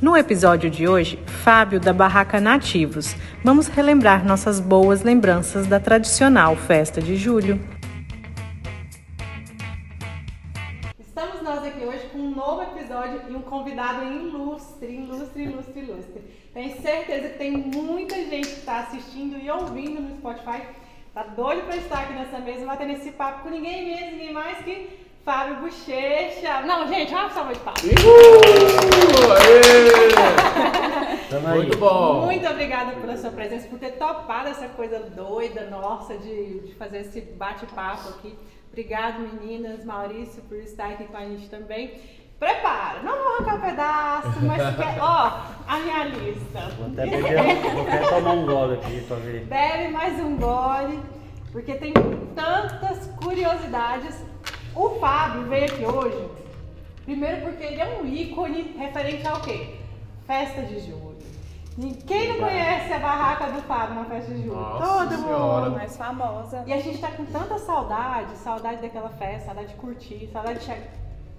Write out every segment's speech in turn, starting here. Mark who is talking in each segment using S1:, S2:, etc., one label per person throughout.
S1: No episódio de hoje, Fábio da Barraca Nativos. Vamos relembrar nossas boas lembranças da tradicional festa de julho.
S2: Estamos nós aqui hoje com um novo episódio e um convidado ilustre, ilustre, ilustre, ilustre. Tenho certeza que tem muita gente que está assistindo e ouvindo no Spotify. Tá doido para estar aqui nessa mesa, batendo esse papo com ninguém menos, ninguém mais que Fábio Bochecha. Não, gente, uma salva de palmas.
S3: Tamo aí.
S4: Muito bom.
S2: Muito obrigada pela sua presença, por ter topado essa coisa doida nossa de, de fazer esse bate-papo aqui. Obrigado, meninas, Maurício, por estar aqui com a gente também. Prepara, não vou arrancar um pedaço, mas se quer, ó, a minha
S3: Vou
S2: lista.
S3: até beber, vou até tomar um gole aqui pra ver.
S2: Bebe mais um gole, porque tem tantas curiosidades. O Fábio veio aqui hoje, primeiro porque ele é um ícone referente ao quê? Festa de julho. E Quem não conhece a barraca do Fábio na festa de julho?
S4: Nossa
S2: Todo
S4: Senhora.
S2: mundo.
S5: mais famosa.
S2: E a gente tá com tanta saudade, saudade daquela festa, saudade de curtir, saudade de che-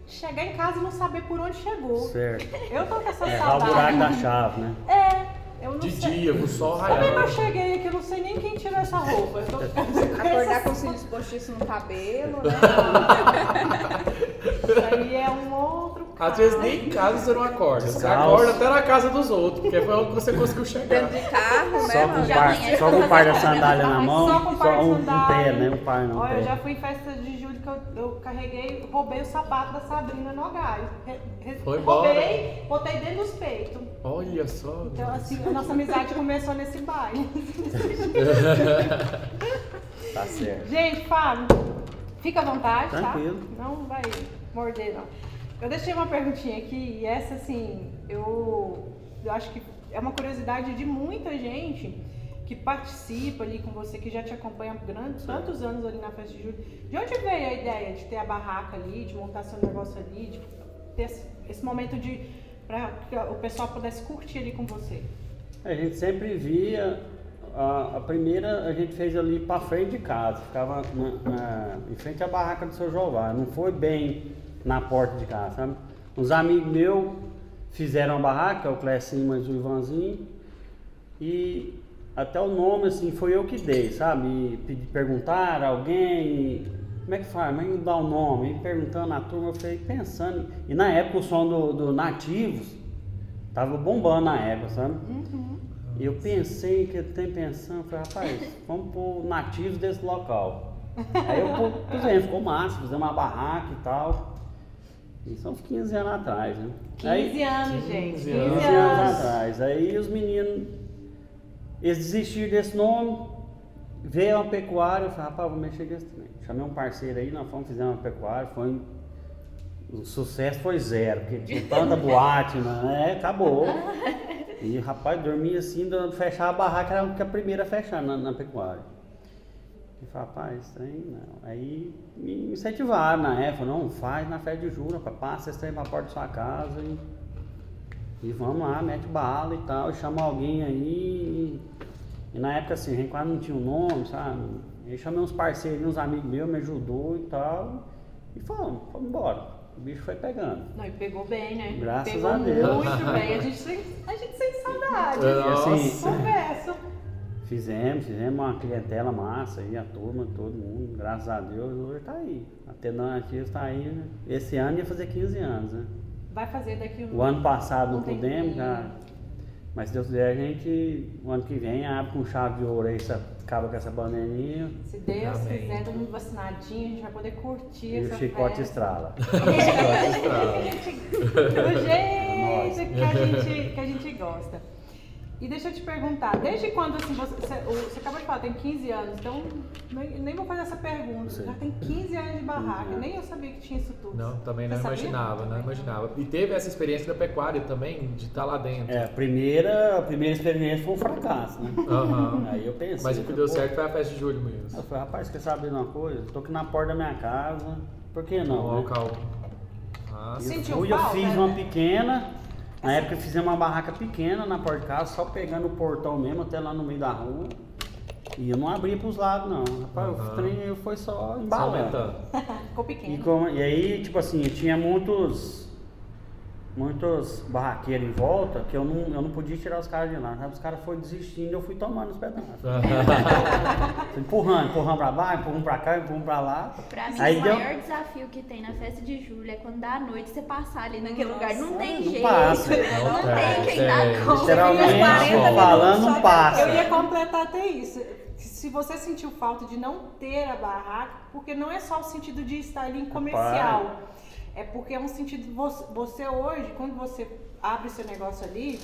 S2: chegar em casa e não saber por onde chegou.
S3: Certo.
S2: Eu tô com essa
S3: É, lá o buraco
S2: saudade.
S3: da chave, né?
S2: É, eu não
S4: tá De
S2: sei.
S4: dia, com o sol
S2: Como é que eu
S4: raiando.
S2: cheguei aqui? Eu não sei nem quem tirou essa roupa. Eu tô com
S5: Acordar
S2: essa...
S5: com os cílios postiços no cabelo, né?
S2: Isso aí é um outro caso.
S4: Às vezes nem em casa você não acorda. Você
S3: Descalço.
S4: acorda até na casa dos outros, porque foi onde você conseguiu chegar.
S5: Dentro de carro, né?
S3: Só com,
S5: mano?
S3: o par, só com o Um par da sandália na mão,
S2: Só com o par de
S3: um, um
S2: sandália.
S3: pé, né? Um par não.
S2: Olha, eu já
S3: pé.
S2: fui em festa de julho que eu, eu carreguei, roubei o sapato da Sabrina Nogari. Re- re-
S4: Foi
S2: roubei, botei dentro dos peitos.
S4: Olha só.
S2: Então, assim, a nossa amizade começou nesse baile.
S3: Tá certo.
S2: Gente, Fábio, fica à vontade,
S3: Tranquilo.
S2: tá? Não vai morder, não. Eu deixei uma perguntinha aqui e essa, assim, eu, eu acho que é uma curiosidade de muita gente que participa ali com você, que já te acompanha há grandes, tantos anos ali na festa de julho. De onde veio a ideia de ter a barraca ali, de montar seu negócio ali, de ter esse, esse momento de. pra que o pessoal pudesse curtir ali com você?
S3: A gente sempre via. A, a primeira a gente fez ali pra frente de casa, ficava na- na- em frente à barraca do seu Jová. Não foi bem na porta de casa, sabe? Uns amigos meus fizeram a barraca, o Clecinho mais o Ivanzinho, E até o nome, assim, foi eu que dei, sabe? E pedi, perguntaram a alguém, como é que faz? Mas não dá o nome. E perguntando a turma, eu falei, pensando. E na época o som do, do Nativos tava bombando na época, sabe? E eu pensei, que eu tenho pensando, eu falei, rapaz, vamos pôr nativos desse local. Aí eu pô- pusemos, ficou massa, fizemos uma barraca e tal. Isso há uns 15 anos atrás, né?
S2: 15
S3: Aí-
S2: anos,
S4: 15
S2: gente. 15
S4: anos.
S3: 15 anos atrás. Aí os meninos, eles desistiram desse nome, veio uma pecuária, eu falei, rapaz, vou mexer com esse trem. Chamei um parceiro aí, nós fomos, fizemos uma pecuária, foi um- o sucesso foi zero, porque tinha tanta boate, né? É, acabou. E rapaz, dormia assim, do- fechava a barraca, era a primeira a fechar na, na pecuária. E falei, rapaz, esse trem não. Aí me incentivaram na época, não, faz na festa de julho, rapaz, passa esse trem pra porta da sua casa e e vamos lá, mete bala e tal, e chama alguém aí. E na época assim, a gente quase não tinha um nome, sabe? Eu chamei uns parceiros, uns amigos meus, me ajudou e tal. E fomos, fomos embora. O bicho foi pegando.
S2: Não, e pegou bem, né?
S3: Graças
S2: pegou
S3: a Deus.
S2: Muito bem. A gente sem, a gente sente saudade.
S4: É.
S3: E assim,
S2: Confesso.
S3: fizemos, fizemos uma clientela massa aí, a turma, todo mundo, graças a Deus, hoje tá aí. A Tenantia está aí, né? Esse ano ia fazer 15 anos, né?
S2: Vai fazer daqui um.
S3: O ano passado não
S2: Um
S3: pudemos,
S2: tempinho.
S3: cara. Mas se Deus quiser, a gente, o ano que vem, abre com chave de ouro aí, essa- acaba com essa bandeirinha
S2: Se Deus
S4: Amém.
S2: quiser, todo mundo vacinadinho, a gente vai poder curtir
S3: e o
S2: essa
S3: chicote
S2: festa.
S3: estrala.
S6: é.
S2: Do jeito que a, gente, que a gente gosta. E deixa eu te perguntar, desde quando assim, você, você, você acabou de falar, tem 15 anos, então nem, nem vou fazer essa pergunta.
S3: Sim.
S2: Já tem 15 anos de barraca,
S3: Uhum.
S2: nem eu sabia que tinha isso tudo.
S4: Não, também não
S2: Você sabia?
S4: imaginava, não imaginava. E teve essa experiência da pecuária também, de estar lá dentro.
S3: É, a primeira, a primeira experiência foi um fracasso, né?
S4: Aham.
S3: Aí eu pensei.
S4: Mas o que deu
S3: pô,
S4: certo foi a festa de julho mesmo.
S3: Eu falei, rapaz, quer saber de uma coisa? Tô aqui na porta da minha casa, por que não?
S4: O
S3: né?
S4: local. Ah,
S3: Eu
S2: Sentiu
S3: fui, eu
S2: falta,
S3: fiz
S2: né?
S3: uma pequena. Na época fizemos uma barraca pequena na porta de casa, só pegando o portão mesmo até lá no meio da rua. E eu não abri pros lados, não. Rapaz,
S4: Aham.
S3: o trem foi só
S4: só
S3: embalando.
S4: tá aumentando.
S2: Ficou
S3: E,
S2: pequeno.
S3: como- e aí, tipo assim, eu tinha muitos muitos barraqueiros em volta que eu não, eu não podia tirar os caras de lá. Sabe? Os caras foram desistindo eu fui tomando os pedaços. Fui empurrando, empurrando pra baixo, empurrando pra cá, empurrando pra lá.
S6: Pra mim,
S3: Aí
S6: o
S3: deu-
S6: maior desafio que tem na festa de julho é quando dá a noite você passar ali naquele lugar. Não tem
S3: não
S6: jeito.
S3: passa.
S6: Não,
S4: Não
S6: tem
S4: passa,
S6: quem
S4: é.
S6: dá conta.
S3: Literalmente,
S5: 40 minutos
S3: falando,
S5: só
S3: não
S5: de-
S3: passa.
S2: Eu ia completar até isso. Se você sentiu falta de não ter a barraca, porque não é só o sentido de estar ali em comercial. É porque é um sentido. Você, você hoje, quando você abre seu negócio ali,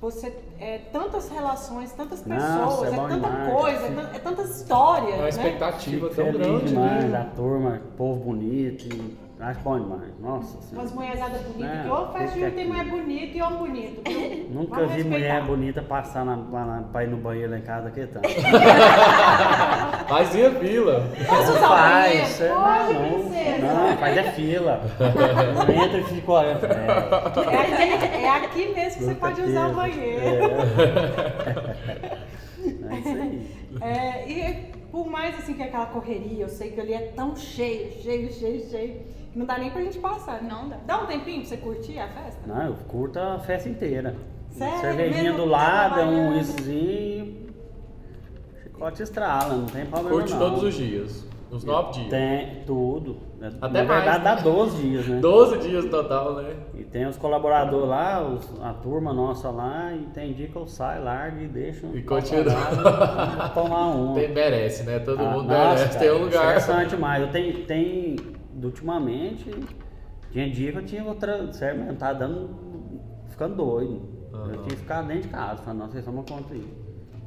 S2: você é tantas relações, tantas
S3: Nossa,
S2: pessoas,
S3: é
S2: é,
S3: bom
S2: tanta
S3: demais.
S2: coisa, é, tan- é tantas histórias.
S4: É uma
S2: né?
S4: expectativa
S3: Fico
S4: tão
S3: feliz
S4: grande,
S3: demais,
S4: né?
S3: a turma, povo bonito, e acho bom demais. Nossa
S2: Umas
S3: senhora.
S2: mulheradas bonitas,
S3: Não,
S2: que ou faz
S3: fica
S2: junto tem
S3: aqui.
S2: mulher bonita e homem bonito. viu?
S3: Nunca
S2: Vamos
S3: vi
S2: respeitar.
S3: mulher bonita passar na, lá na, pra ir no banheiro lá em casa que tanto.
S4: Fazia fila.
S2: Posso usar o banheiro?
S3: Faz, é,
S2: Pode,
S3: não,
S2: princesa.
S3: não, faz é fila. Entra e fica olhando. É,
S2: É aqui, é aqui mesmo que você
S3: puta
S2: pode usar o
S3: que-
S2: banheiro.
S3: É, é isso aí.
S2: É, e por mais assim que é aquela correria, eu sei que ali é tão cheio, cheio, cheio, cheio, que não dá nem pra gente passar. né?
S6: Não dá.
S2: Dá um tempinho pra você curtir a festa?
S3: Não, eu curto a festa inteira.
S2: Sério?
S3: Cervejinha
S2: é Mesmo
S3: do lado, um
S2: trabalhando?
S3: issozinho. Chicote estrala, não tem problema.
S4: Curte
S3: não.
S4: todos os dias. Os nove dias.
S3: Tem tudo.
S4: Até
S3: Na verdade,
S4: mais,
S3: dá
S4: né?
S3: 12 dias, né?
S4: Doze dias no total, né?
S3: E tem os colaboradores lá, os- a turma nossa lá, e tem dia que eu saio, largo e deixo.
S4: E continua.
S3: pra tomar um.
S4: Tem, merece, né? Todo
S3: Ah,
S4: mundo
S3: nossa,
S4: merece
S3: cara, é
S4: ter um lugar.
S3: Interessante demais. Eu tenho, tem ultimamente, tinha dia que eu tinha outra, sério mesmo, tava dando, ficando doido.
S4: Aham.
S3: Eu tinha que ficar dentro de casa, falando, nossa, vocês tomam conta aí.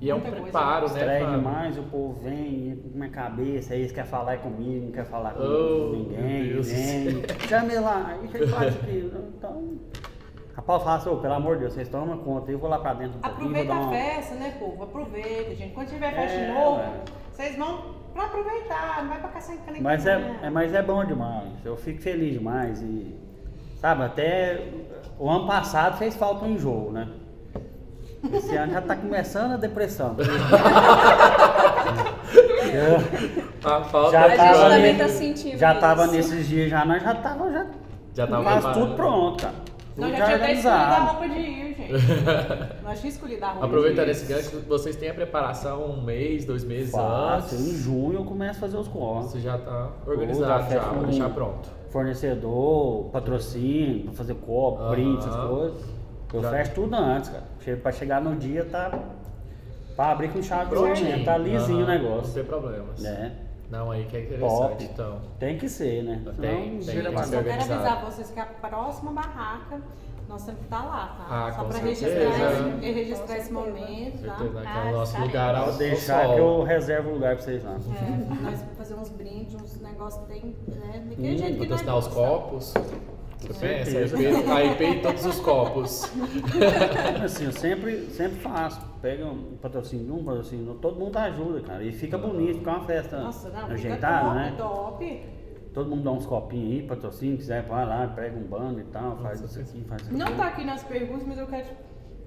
S4: E é um
S2: Muita coisa.
S4: preparo, né?
S3: Estreia
S4: Fábio?
S3: demais, o povo vem, entra com minha cabeça, aí eles querem falar comigo, não quer falar com
S4: Oh,
S3: ninguém,
S4: meu Deus do
S3: vem. Chame lá, e você faz aquilo. Então, rapaz, eu falo assim, "Ô, pelo amor de Deus, vocês tomam conta, eu vou lá pra dentro um pouquinho, vou
S2: Aproveita
S3: dar
S2: a
S3: uma...
S2: festa, né, povo? Aproveita, gente. Quando tiver
S3: É,
S2: festa de novo,
S3: ué.
S2: vocês vão pra aproveitar, não vai pra caçar em caneta.
S3: Mas é,
S2: não.
S3: é- mas é bom demais. Eu fico feliz demais e sabe, até o ano passado fez falta um enjoo, né? Esse ano já tá começando a depressão. Eu-
S4: A falta
S3: Já
S4: de
S3: tava
S4: banho.
S5: também
S3: ne-
S5: tá
S2: assim, tipo,
S5: sentindo
S3: já tava
S5: isso.
S3: nesses dias já, nós já tava já
S4: Já tava
S3: quase
S4: preparado.
S3: tudo pronto, cara.
S2: Nós
S3: Tudo
S2: já tinha até escolhido a
S3: organizado.
S2: roupa de ir, gente. Nós tínhamos escolhido a roupa.
S4: Aproveitando
S2: de ir.
S4: esse gancho, vocês têm a preparação um mês, dois meses
S3: Fácil, em
S4: antes.
S3: junho eu começo a fazer os cortes.
S4: Você já tá
S3: Tudo, a
S4: organizado, já,
S3: festa
S4: pra
S3: no-
S4: deixar pronto.
S3: Fornecedor, patrocínio, pra fazer copo,
S4: Aham.
S3: brinde, essas coisas. Eu
S4: Já-
S3: fecho tudo antes, cara. Chega pra chegar no dia, tá. Pra abrir com chave de ouro mesmo,
S4: Prontinho.
S3: tá lisinho o
S4: Aham, Não
S3: negócio.
S4: tem problemas.
S3: Né?
S4: Não, aí que é interessante,
S3: Top.
S4: então.
S3: Tem que ser, né?
S4: Tem,
S3: Senão
S4: tem,
S3: gira
S4: tem
S3: pra
S2: Só
S4: que
S3: cá.
S4: ser.
S2: quero
S4: organizado.
S2: avisar vocês que a próxima barraca nós temos que estar lá, tá?
S4: Ah,
S2: Só
S4: com
S2: pra
S4: certeza.
S2: registrar, esse,
S5: Com
S2: registrar esse
S4: Com
S5: certeza.
S2: momento, tá?
S4: certeza, né? Que é
S6: Ah,
S4: o nosso
S6: tá
S4: lugar ao,
S3: Vou
S4: ao
S3: deixar
S4: sol.
S3: que eu reservo o lugar pra vocês lá.
S2: É, nós fazer uns brindes, uns negócios bem, né? Daquele
S3: Hum,
S2: jeito
S4: Vou
S2: que nós
S4: testar os
S2: gostamos.
S4: copos. Você pensa,
S3: certeza.
S4: a IP em todos os copos.
S3: Assim, eu sempre, sempre faço. Pega um patrocínio de um, patrocínio de outro, todo mundo ajuda, cara. E fica bonito, fica uma festa
S2: Nossa, não, fica
S3: ajeitada,
S2: top,
S3: né?
S2: top.
S3: Todo mundo dá uns copinhos aí, patrocínio, quiser, vai lá, pega um bando e tal, faz isso aqui, faz isso
S2: Não
S3: aqui.
S2: tá aqui nas perguntas, mas eu quero te...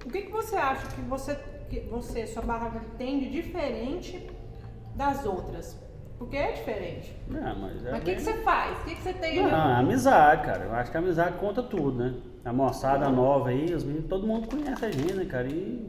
S2: O que, que você acha que você, que você, sua barraca tem de diferente das outras? Porque é diferente.
S3: Não, mas é
S2: mas o que,
S3: bem-
S2: que você faz? O que, que você tem?
S3: Não,
S2: de-
S3: é amizade, cara. Eu acho que a amizade conta tudo, né? A moçada nova aí, os meninos, todo mundo conhece a gente, né, cara? E.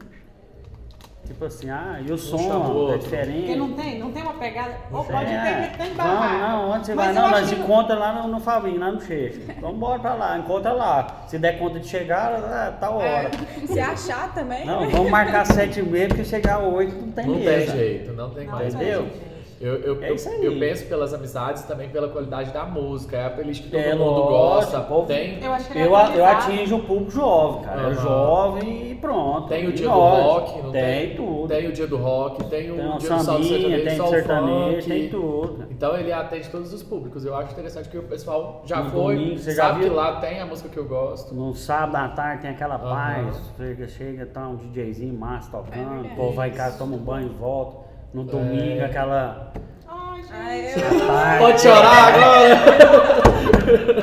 S3: Tipo assim, ah, e o
S4: chama o
S3: som é
S4: outro.
S2: Porque
S3: diferente.
S2: não tem, não tem uma pegada. Ou
S3: É,
S2: pode ter, tem barraca.
S3: Vamos, não, onde você
S2: Mas
S3: vai?
S2: eu
S3: Não,
S2: acho
S3: nós
S2: que
S3: encontramos encontra lá no, no Fabinho, lá no Cheixo. Vamos bora pra lá, encontra lá. Se der conta de chegar, ah, tal hora.
S5: É, se achar também. né?
S3: Não, vamos marcar sete e meia, porque chegar oito não tem
S4: Não tem
S3: mesa.
S4: jeito, não tem
S2: Não,
S4: mais.
S3: Entendeu?
S2: gente, gente.
S4: Eu, eu,
S3: É isso aí.
S4: eu penso pelas amizades também pela qualidade da música. É a playlist que todo
S3: É,
S4: mundo
S3: lógico,
S4: gosta.
S3: o povo-
S4: Tem,
S2: Eu acho que ele
S3: Eu,
S2: é
S3: a- eu
S2: organizado.
S3: atinjo o público jovem, cara. É
S4: Aham.
S3: jovem e pronto.
S4: tem o
S3: E
S4: dia
S3: nós,
S4: do rock, não
S3: tem,
S4: tem?
S3: tudo.
S4: Tem o dia do rock, tem o
S3: Tem um
S4: dia do salto
S3: sambinha,
S4: sertanejo,
S3: tem
S4: só o
S3: sertanejo,
S4: funk.
S3: tem tudo.
S4: Então ele atende todos os públicos. Eu acho interessante que o pessoal já
S3: No
S4: foi,
S3: domingo, você já
S4: sabe
S3: viu?
S4: que lá tem a música que eu gosto.
S3: No sábado à tarde tem aquela
S4: Aham.
S3: paz, chega, chega, tá um DJzinho massa tocando,
S5: É
S3: o povo vai em casa, toma um banho e volta. No domingo, aquela
S2: Ai, gente.
S5: Ai,
S4: É.
S3: tarde.
S5: Ah, eu-
S4: Pode chorar agora!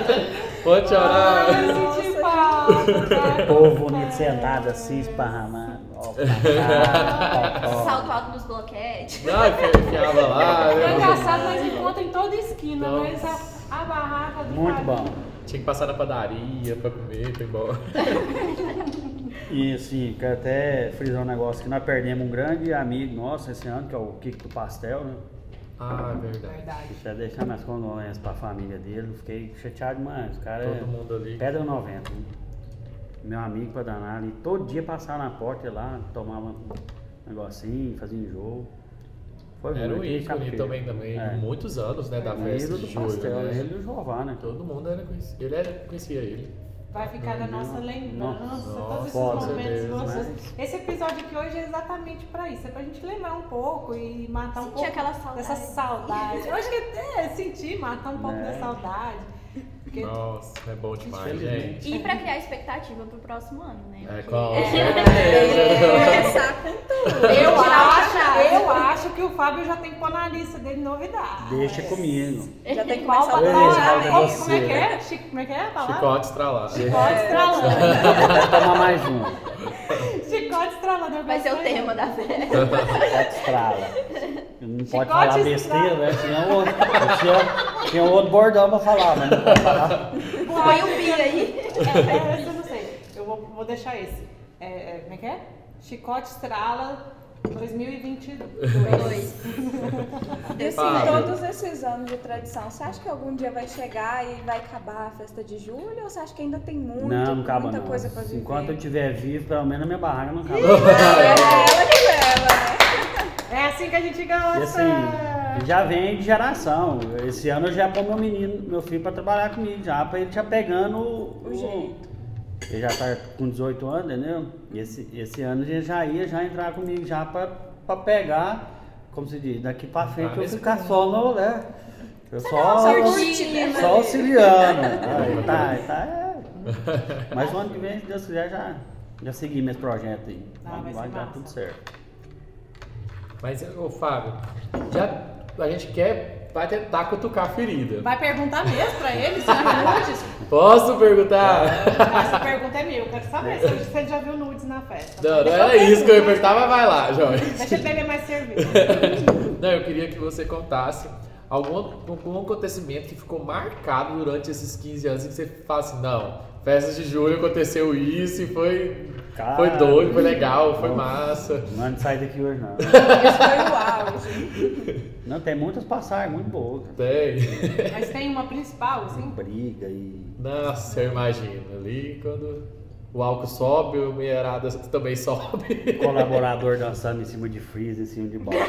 S4: Pode chorar!
S2: Ai, eu senti falta,
S3: O
S2: cara.
S3: povo bonito sentado assim, esparramado. ó, pra cá, ó, ó.
S6: Salto alto nos bloquetes.
S4: Não, que enfiava lá.
S2: É
S4: né?
S2: engraçado, nós encontramos em toda esquina,
S4: Não.
S2: mas a, a barraca do
S3: Então, Muito
S2: Fabinho
S3: bom.
S4: Tinha que passar na padaria pra comer, pra ir embora.
S3: E assim, quero até frisar um negócio que nós perdemos um grande amigo nosso esse ano, que é o Kiko do Pastel, né?
S4: Ah, é verdade.
S2: Verdade.
S3: Deixa deixar minhas condolências pra família dele, eu fiquei chateado demais. O cara é
S4: Todo mundo ali.
S3: pedra 90. né? Meu amigo pra danar ali, todo dia passava na porta lá, tomava um negocinho, fazia um jogo. Foi
S4: Era
S3: muito,
S4: um
S3: e
S4: ícone
S3: capricho.
S4: também, também.
S3: É.
S4: Muitos anos, né, da
S3: Ele
S4: festa
S3: do
S4: de julho,
S3: pastel,
S4: né?
S3: ele e o Jová, né?
S4: Todo mundo era conhecido. Ele era, conhecia ele.
S2: Vai ficar na nossa lembrança,
S3: Nossa,
S2: todos esses
S3: com né?
S2: momentos
S4: certeza,
S2: gostosos.
S3: mas-
S2: Esse episódio aqui hoje é exatamente pra isso, é pra gente lembrar um pouco e matar um
S6: Sentir
S2: pouco
S6: aquela saudade.
S2: dessa saudade. Eu acho que até sentir, matar um pouco
S3: Né?
S2: da saudade. Porque
S4: Nossa, é bom demais,
S3: Infelizmente.
S4: gente.
S6: E pra criar expectativa pro próximo ano, né?
S4: É,
S6: Porque-
S4: com
S5: É,
S4: certeza.
S5: começar com tudo.
S2: eu acho,
S5: Tirar
S2: eu acho que o Fábio já tem que pôr na lista dele novidade.
S3: Deixa comigo.
S5: o chá. Já tem que
S2: Qual
S5: começar o
S3: Ei,
S2: batalha?
S3: Fábio,
S5: planejamento.
S2: Como é que é? Chico, como é que é a palavra?
S4: Chicote estralado.
S3: É.
S2: Chicote estralando.
S3: Tá Vou tomar mais um.
S2: Chicote estralando. eu
S6: Vai ser o
S2: gostei.
S6: tema da festa.
S3: Chicote estrala. Não pode
S2: Chicote
S3: falar
S2: estrala.
S3: besteira, né? Tinha outro, eu tinha, tinha outro bordão pra falar, mas não pode falar.
S6: Põe o bi aí.
S2: É, esse eu não sei. Eu vou, vou deixar esse. É, é, como é que é? Chicote Estrala 2022.
S6: Dois.
S5: E assim,
S4: Fábio.
S5: todos esses anos de tradição, você acha que algum dia vai chegar e vai acabar a festa de julho? Ou você acha que ainda tem muito,
S3: não, não acaba
S5: muita
S3: não.
S5: coisa pra viver?
S3: Enquanto eu estiver vivo, pelo menos a minha barraca não acaba.
S5: É ela que leva, né?
S2: É assim que a gente
S3: E
S2: gosta.
S3: assim, já vem de geração. Esse ano eu já pôr meu menino, meu filho pra trabalhar comigo já, pra ele já pegando o.
S5: O jeito.
S3: Ele já tá com 18 anos, entendeu? E esse, esse ano ele já ia já entrar comigo já pra, pra pegar, como se diz, daqui
S4: Tá.
S3: pra frente eu
S4: nesse
S3: ficar só no, né? Eu
S5: né?
S3: só,
S5: Só curtir, né?
S3: só auxiliando. Aí, tá, tá. é. Mas o ano que vem, se Deus quiser, já, já segui meus projetos aí.
S2: Ah,
S3: Vai-
S2: vai ser
S3: vai dar
S2: massa.
S3: tudo certo.
S4: Mas, ô Fábio, já a gente quer, vai tentar cutucar a ferida.
S2: Vai perguntar É mesmo pra ele, se é nudes?
S4: Posso perguntar?
S2: Essa pergunta é minha, eu quero saber se você já viu nudes na festa.
S4: Não, não era isso que eu ia perguntar, mas vai lá, Jorge.
S2: Deixa eu beber mais cerveja.
S4: Não, eu queria que você contasse algum, algum acontecimento que ficou marcado durante esses 15 anos e que você fala assim, não, festas de julho aconteceu isso e foi,
S3: Cara.
S4: foi doido, foi legal, foi massa.
S3: Não ande sair daqui hoje, não.
S5: né? Esse foi o auge.
S3: Não, tem muitas passagens muito boas. cara.
S4: Tem.
S2: Mas tem uma principal, assim.
S3: Briga e.
S4: Nossa, eu imagino. Ali quando o álcool sobe, o mulherada também sobe.
S3: Colaborador dançando em cima de freezer, em cima de balão.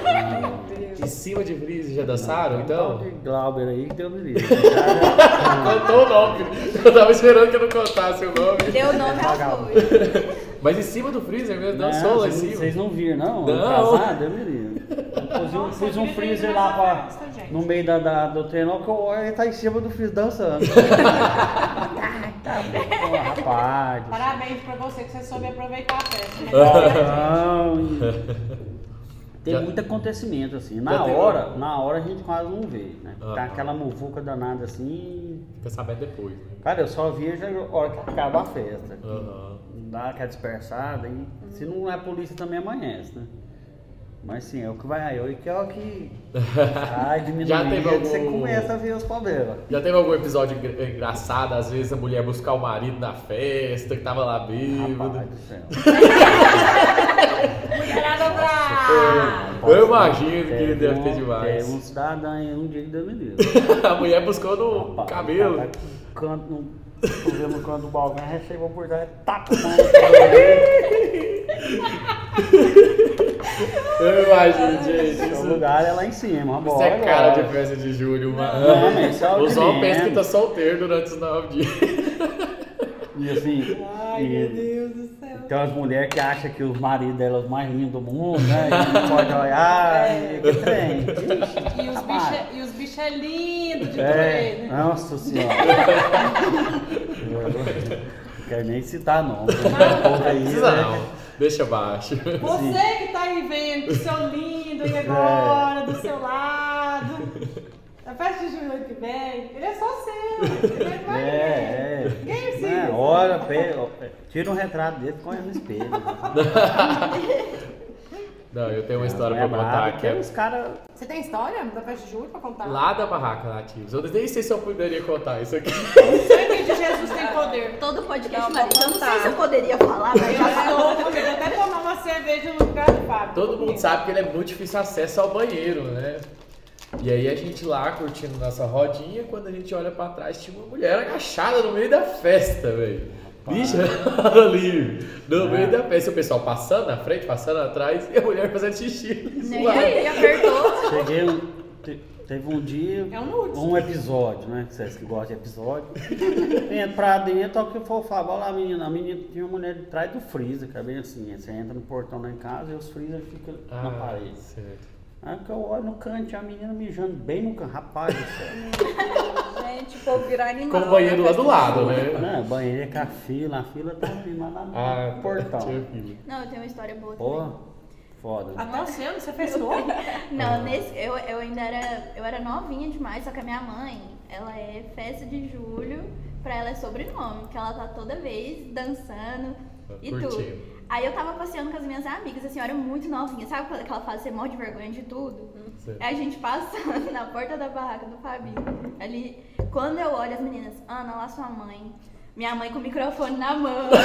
S4: Em cima de Brise já dançaram, então?
S3: de Glauber aí que deu no livro. Cara,
S4: Contou o nome. Eu tava esperando que eu não contasse o nome.
S6: Deu
S3: é
S6: nome aos dois.
S4: Mas em cima do freezer mesmo,
S3: um não,
S4: dançou lá em
S3: vocês-
S4: cima.
S3: Vocês não viram, não?
S4: Não.
S3: Casado, eu me lembro. Eu pus um,
S2: Nossa,
S3: pus
S2: eu
S3: um
S2: queria
S3: freezer
S2: ver
S3: lá
S2: essa
S3: pra-
S2: festa, gente.
S3: no meio da, da- do trenó que eu olho ele tá em cima do freezer dançando. Tá, Pô, rapaz.
S2: Parabéns pra você que você soube aproveitar a festa. né?
S3: Não, e- Então, Tem
S4: Já-
S3: muito acontecimento, assim. Na
S4: Já tem- um-
S3: hora, na hora a gente quase não vê, né?
S4: Ah.
S3: Tá aquela muvuca danada assim.
S4: Fica sabendo depois, né?
S3: Cara, eu só vejo a hora que acaba a festa.
S4: Aham.
S3: Dá aquela dispersada e se não é polícia também amanhece, né? Mas sim, é o que vai aí, é o que é o que vai diminuindo,
S4: Já teve algum-
S3: você começa a ver os problemas.
S4: Já teve algum episódio engra- engraçado, às vezes a mulher buscar o marido na festa, que tava lá
S3: Rapaz
S4: bêbado.
S3: do céu.
S2: Mulherada pra...
S4: Eu imagino que
S3: Teve
S4: deve
S3: um-
S4: ter demais.
S3: teve um cidadão aí, um dia que deu menino.
S4: A mulher buscou no
S3: Rapaz,
S4: cabelo.
S3: tá- tá com o canto, no- o cabelo no canto do balcão, aí chegou por trás, tapa o mano no né? cabelo dele.
S4: Eu imagino, gente.
S3: O
S4: Isso,
S3: lugar é lá em cima, né?
S4: isso
S3: bora.
S4: é cara de festa de julho,
S3: Não,
S4: mano.
S3: mas isso é o
S4: Os
S3: de
S4: homens pensam que
S3: menos.
S4: tá solteiro durante os nove dias.
S3: E assim,
S2: Ai,
S3: e-
S2: meu Deus do céu.
S3: tem umas mulheres que acham que os maridos delas são os mais lindos do mundo, né? E não pode olhar, e que trem. Ixi,
S2: É. E os
S3: rapaz.
S2: bichos e os bicho é lindo de doer,
S3: É,
S2: né?
S3: nossa senhora. Eu não quero nem citar nome. Porra aí,
S4: Não precisa
S3: né?
S4: não. Deixa baixo.
S2: Você que tá aí vendo, seu lindo,
S3: É.
S2: e agora, do seu lado. A festa de julho que vem, ele é só seu, ele é mais ninguém.
S3: É,
S2: Ninguém
S3: é.
S2: precisa.
S3: Né, Olha, é, pe- tira um retrato dele, põe no espelho.
S4: Não, eu tenho uma história
S3: é
S4: pra contar
S3: brava,
S4: aqui.
S3: Tem uns caras.
S2: Você tem história da festa de julho pra contar?
S4: Lá da barraca nativos. Eu nem sei se eu poderia contar isso aqui.
S2: Sangue de Jesus tem poder.
S6: Todo podcast,
S5: Não,
S6: Marisa. Eu não sei
S5: contar.
S6: se eu poderia falar, mas
S2: Eu estou, eu vou até tomar uma cerveja no lugar do Fábio.
S4: Todo mundo sabe que ele é muito difícil acesso ao banheiro, né? E aí a gente lá curtindo nossa rodinha, quando a gente olha pra trás, tinha uma mulher agachada no meio da festa, velho. Bicha ali, no
S3: É.
S4: meio da festa. E o pessoal passando na frente, passando atrás, e a mulher fazendo xixi.
S6: nem aí, né? apertou.
S3: Cheguei um. te- Teve um dia.
S2: É um nudes.
S3: Um episódio, né? Vocês que gostam de episódio. entra pra dentro, o que for falar, olha lá a menina. A menina tinha uma mulher de trás do freezer, que é bem assim. Você entra no portão lá em casa e os freezer ficam na parede.
S4: Ah, certo.
S3: Aí que eu olho no canto, tinha a menina mijando bem no canto. Rapaz do céu.
S5: Gente, o povo virar animal.
S4: Com o banheiro
S5: né?
S4: lá do lado, né?
S3: Não, banheiro é com a fila, a fila tá assim lá na-
S4: Ah,
S3: no portão.
S4: tinha filho.
S6: Não, eu tenho uma história boa
S3: Pô,
S6: também.
S3: foda.
S2: Até o seu, você fez torre?
S6: Não, nesse, eu, eu ainda era. Eu era novinha demais, só que a minha mãe, ela é festa de julho, pra ela é sobrenome, que ela tá toda vez dançando e tudo.
S4: Tá Curtindo.
S6: Aí eu tava passeando com as minhas amigas, assim, eu era muito novinha, sabe quando- aquela fase você morre de vergonha de tudo?
S4: Certo.
S6: Aí a gente passando na porta da barraca do Fabinho. Ali, quando eu olho as meninas, Ana, lá sua mãe. Minha mãe com o microfone na mão, ela